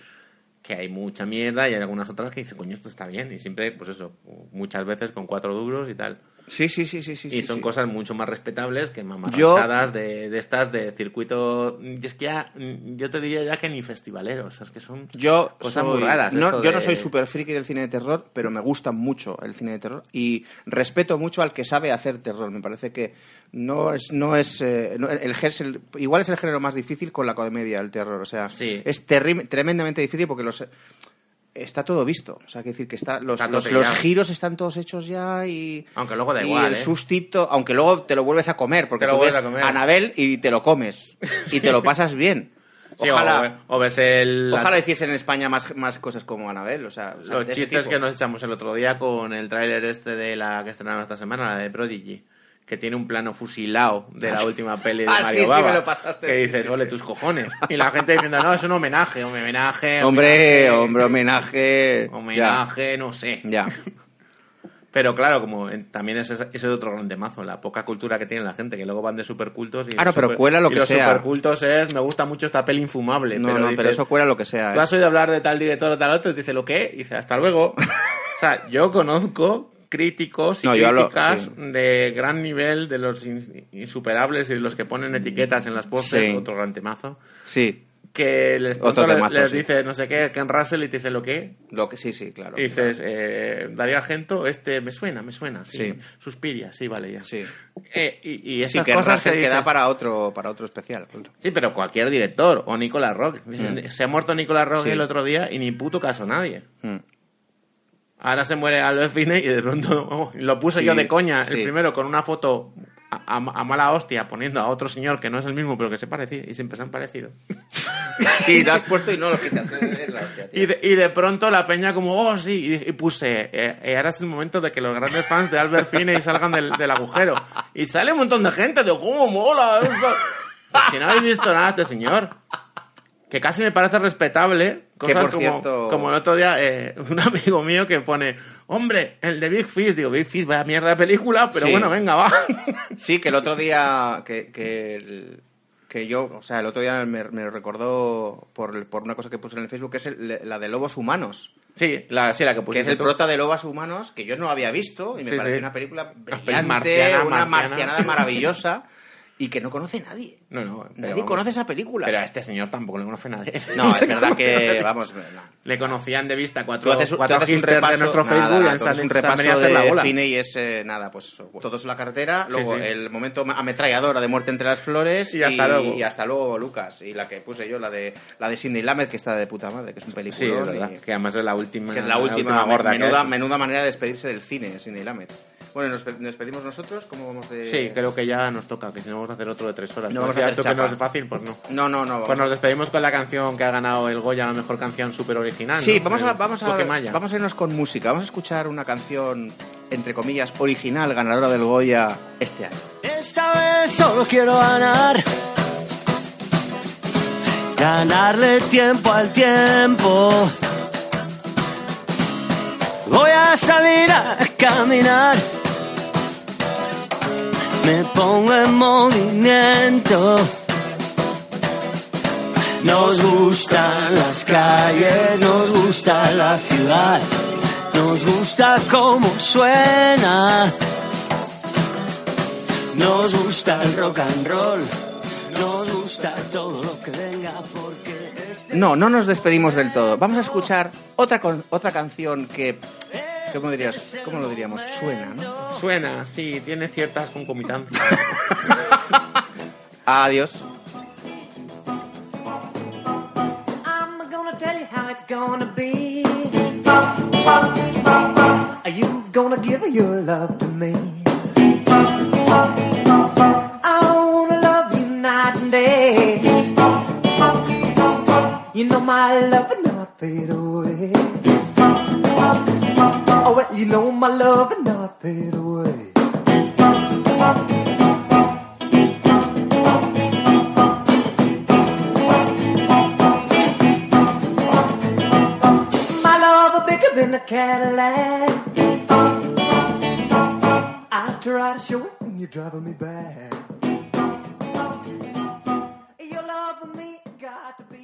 Speaker 3: Que hay mucha mierda y hay algunas otras que dicen, coño, esto está bien. Y siempre, pues eso, muchas veces con cuatro duros y tal.
Speaker 2: Sí, sí, sí, sí, sí.
Speaker 3: y son cosas mucho más respetables que
Speaker 2: Yo-
Speaker 3: mamarrachadas de, de estas de circuito. Y es que ya, mm, yo te diría ya que ni festivaleros. Es que son
Speaker 2: Yo
Speaker 3: cosas
Speaker 2: soy-
Speaker 3: muy raras.
Speaker 2: No,
Speaker 3: esto
Speaker 2: yo no
Speaker 3: de-
Speaker 2: soy super friki del cine de terror, pero me gusta mucho el cine de terror y respeto mucho al que sabe hacer terror. Me parece que no es no es eh, no- el, gé- es el- igual es el género más difícil con la comedia el terror, o sea,
Speaker 3: Sí.
Speaker 2: es terri- tremendamente difícil porque los está todo visto, o sea, que decir que está los,
Speaker 3: Está todo
Speaker 2: los, los
Speaker 3: sellado.
Speaker 2: giros están todos hechos ya y
Speaker 3: Aunque luego da
Speaker 2: y
Speaker 3: igual.
Speaker 2: el
Speaker 3: ¿eh?
Speaker 2: sustito, aunque luego te lo vuelves a comer, porque
Speaker 3: Te lo
Speaker 2: tú
Speaker 3: vuelves
Speaker 2: ves
Speaker 3: a comer.
Speaker 2: Anabel y te lo comes. Y te lo pasas bien.
Speaker 3: Sí, o-
Speaker 2: ojalá,
Speaker 3: o, ves el. la-
Speaker 2: ojalá hiciesen en España más, más cosas como Anabel. O sea, o sea,
Speaker 3: Los
Speaker 2: de ese
Speaker 3: chistes
Speaker 2: tipo.
Speaker 3: que nos echamos el otro día con el tráiler este de la que estrenaron esta semana, la de Prodigy, que tiene un plano fusilado de la última peli de
Speaker 2: Ah, sí,
Speaker 3: Mario
Speaker 2: sí,
Speaker 3: Baba,
Speaker 2: me lo pasaste,
Speaker 3: Que
Speaker 2: sí,
Speaker 3: dices,
Speaker 2: sí,
Speaker 3: ole tus cojones. Y la gente diciendo, no, es un homenaje, hombre, homenaje.
Speaker 2: Hombre, hombre, homenaje.
Speaker 3: Homenaje, no sé.
Speaker 2: Ya. ya.
Speaker 3: Pero claro, como en- también ese ese es otro gran temazo, la poca cultura que tiene la gente, que luego van de supercultos. Y
Speaker 2: Ah, no,
Speaker 3: los
Speaker 2: pero cuela lo
Speaker 3: y
Speaker 2: que
Speaker 3: los
Speaker 2: sea.
Speaker 3: supercultos es, me gusta mucho esta peli infumable.
Speaker 2: No,
Speaker 3: pero
Speaker 2: no, pero
Speaker 3: dices,
Speaker 2: eso cuela lo que sea.
Speaker 3: ¿Tú
Speaker 2: ¿eh?
Speaker 3: has oído hablar de tal director o tal otro? Dice, ¿lo qué? Dice, hasta luego. o sea, yo conozco críticos y
Speaker 2: No, yo hablo-
Speaker 3: críticas
Speaker 2: sí.
Speaker 3: de gran nivel, de los in- insuperables y de los que ponen etiquetas en las postes,
Speaker 2: Sí.
Speaker 3: otro gran temazo,
Speaker 2: Sí,
Speaker 3: que les,
Speaker 2: Otro
Speaker 3: pronto le-
Speaker 2: temazo,
Speaker 3: les
Speaker 2: sí.
Speaker 3: dice no sé qué, Ken Russell y te dice, ¿lo qué?
Speaker 2: lo que sí, sí, claro.
Speaker 3: Y dices, eh, Darío Argento, este me suena, me suena, sí.
Speaker 2: Sí.
Speaker 3: Suspiria, sí, vale, ya.
Speaker 2: Sí.
Speaker 3: Eh, y, y
Speaker 2: Sí,
Speaker 3: esas
Speaker 2: que
Speaker 3: cosas
Speaker 2: Russell
Speaker 3: que
Speaker 2: queda
Speaker 3: dices,
Speaker 2: para otro, para otro especial.
Speaker 3: Sí, pero cualquier director, o
Speaker 2: Mm.
Speaker 3: Nicolas Rock. Dicen, Se ha muerto Nicolas Rock
Speaker 2: Sí.
Speaker 3: el otro día y ni puto caso nadie.
Speaker 2: Mm.
Speaker 3: Ahora se muere Albert Finney y de pronto oh, lo puse
Speaker 2: Sí,
Speaker 3: yo de coña.
Speaker 2: sí.
Speaker 3: El primero con una foto a, a- a mala hostia poniendo a otro señor que no es el mismo pero que se parecía y siempre se han parecido.
Speaker 2: Y lo has puesto y no lo quitas. Es la hostia, tío.
Speaker 3: Y de, y de pronto la peña como, oh sí, y, y puse, eh, eh, ahora es el momento de que los grandes fans de Albert Finney salgan del, del agujero. Y sale un montón de gente, de cómo mola. esto". Pues si no habéis visto nada de este señor, que casi me parece respetable, cosas
Speaker 2: por
Speaker 3: como,
Speaker 2: cierto-
Speaker 3: como el otro día eh, un amigo mío que pone, hombre, el de Big Fish, digo, Big Fish, vaya mierda de película, pero
Speaker 2: Sí.
Speaker 3: bueno, venga, va.
Speaker 2: Sí, que el otro día que, que, el- que yo, o sea, el otro día me, me recordó por, el- por una cosa que puse en el Facebook, que es el- la de Lobos Humanos,
Speaker 3: sí, la, sí, la que
Speaker 2: que
Speaker 3: puse.
Speaker 2: es el prota de Lobos Humanos, que yo no había visto y me
Speaker 3: Pues Sí,
Speaker 2: pareció
Speaker 3: sí.
Speaker 2: una película
Speaker 3: peli
Speaker 2: brillante,
Speaker 3: marciana,
Speaker 2: una
Speaker 3: marciana.
Speaker 2: marcianada maravillosa y que no conoce nadie.
Speaker 3: No, no, pero
Speaker 2: Nadie
Speaker 3: vamos.
Speaker 2: conoce esa película.
Speaker 3: Pero a este señor tampoco le conoce nadie.
Speaker 2: No, es verdad que, vamos, no.
Speaker 3: Le conocían de vista cuatro,
Speaker 2: Tú haces, tú
Speaker 3: cuatro
Speaker 2: haces un
Speaker 3: hipsters
Speaker 2: repaso,
Speaker 3: de nuestro
Speaker 2: nada,
Speaker 3: Facebook y han
Speaker 2: tú haces
Speaker 3: salido
Speaker 2: un
Speaker 3: se han venido a
Speaker 2: repaso
Speaker 3: hacer la
Speaker 2: de
Speaker 3: bola.
Speaker 2: cine y es eh, nada, pues eso. Todos en la carretera, luego
Speaker 3: sí.
Speaker 2: el momento ametralladora de Muerte entre las Flores
Speaker 3: Y hasta luego.
Speaker 2: y hasta luego, Lucas. Y la que puse yo, la de la de Sidney Lamet, que está de puta madre, que es un
Speaker 3: Sí,
Speaker 2: peliculón.
Speaker 3: es verdad.
Speaker 2: y-
Speaker 3: Que además es la última,
Speaker 2: que es la última,
Speaker 3: gorda. que
Speaker 2: menuda,
Speaker 3: hay.
Speaker 2: menuda manera de despedirse del cine, Sidney Lamet. Bueno, nos, pe- nos pedimos nosotros, ¿cómo vamos de...?
Speaker 3: Sí, creo que ya nos toca, que si no vamos a hacer otro de tres horas.
Speaker 2: No
Speaker 3: Pues
Speaker 2: vamos a
Speaker 3: ya
Speaker 2: hacer
Speaker 3: tú que no
Speaker 2: chapa.
Speaker 3: es fácil, pues no.
Speaker 2: No, no, no.
Speaker 3: Pues nos despedimos con la canción que ha ganado el Goya, la mejor canción super original.
Speaker 2: Sí,
Speaker 3: ¿no?
Speaker 2: vamos a,
Speaker 3: El
Speaker 2: vamos, a,
Speaker 3: Coquemaya.
Speaker 2: vamos a irnos con música. Vamos a escuchar una canción, entre comillas, original, ganadora del Goya este año.
Speaker 5: Esta vez solo quiero ganar. Ganarle tiempo al tiempo. Voy a salir a caminar. Me pongo en movimiento. Nos gustan las calles, nos gusta la ciudad. Nos gusta cómo suena. Nos gusta el rock and roll, nos gusta todo lo que venga porque este
Speaker 2: No, no nos despedimos del todo. Vamos a escuchar otra, con- otra canción que. ¿Cómo, dirías, ¿Cómo lo diríamos? Suena, ¿no?
Speaker 3: Suena, sí, tiene ciertas concomitancias.
Speaker 2: Adiós.
Speaker 5: I'm gonna tell you how it's gonna be. Are you gonna give your love to me? I wanna love you night and day. You know my love will not fade away. Oh well, you know my love will not fade away. My love is bigger than a Cadillac. I try to show it and you're driving me back. Your love for me got to be.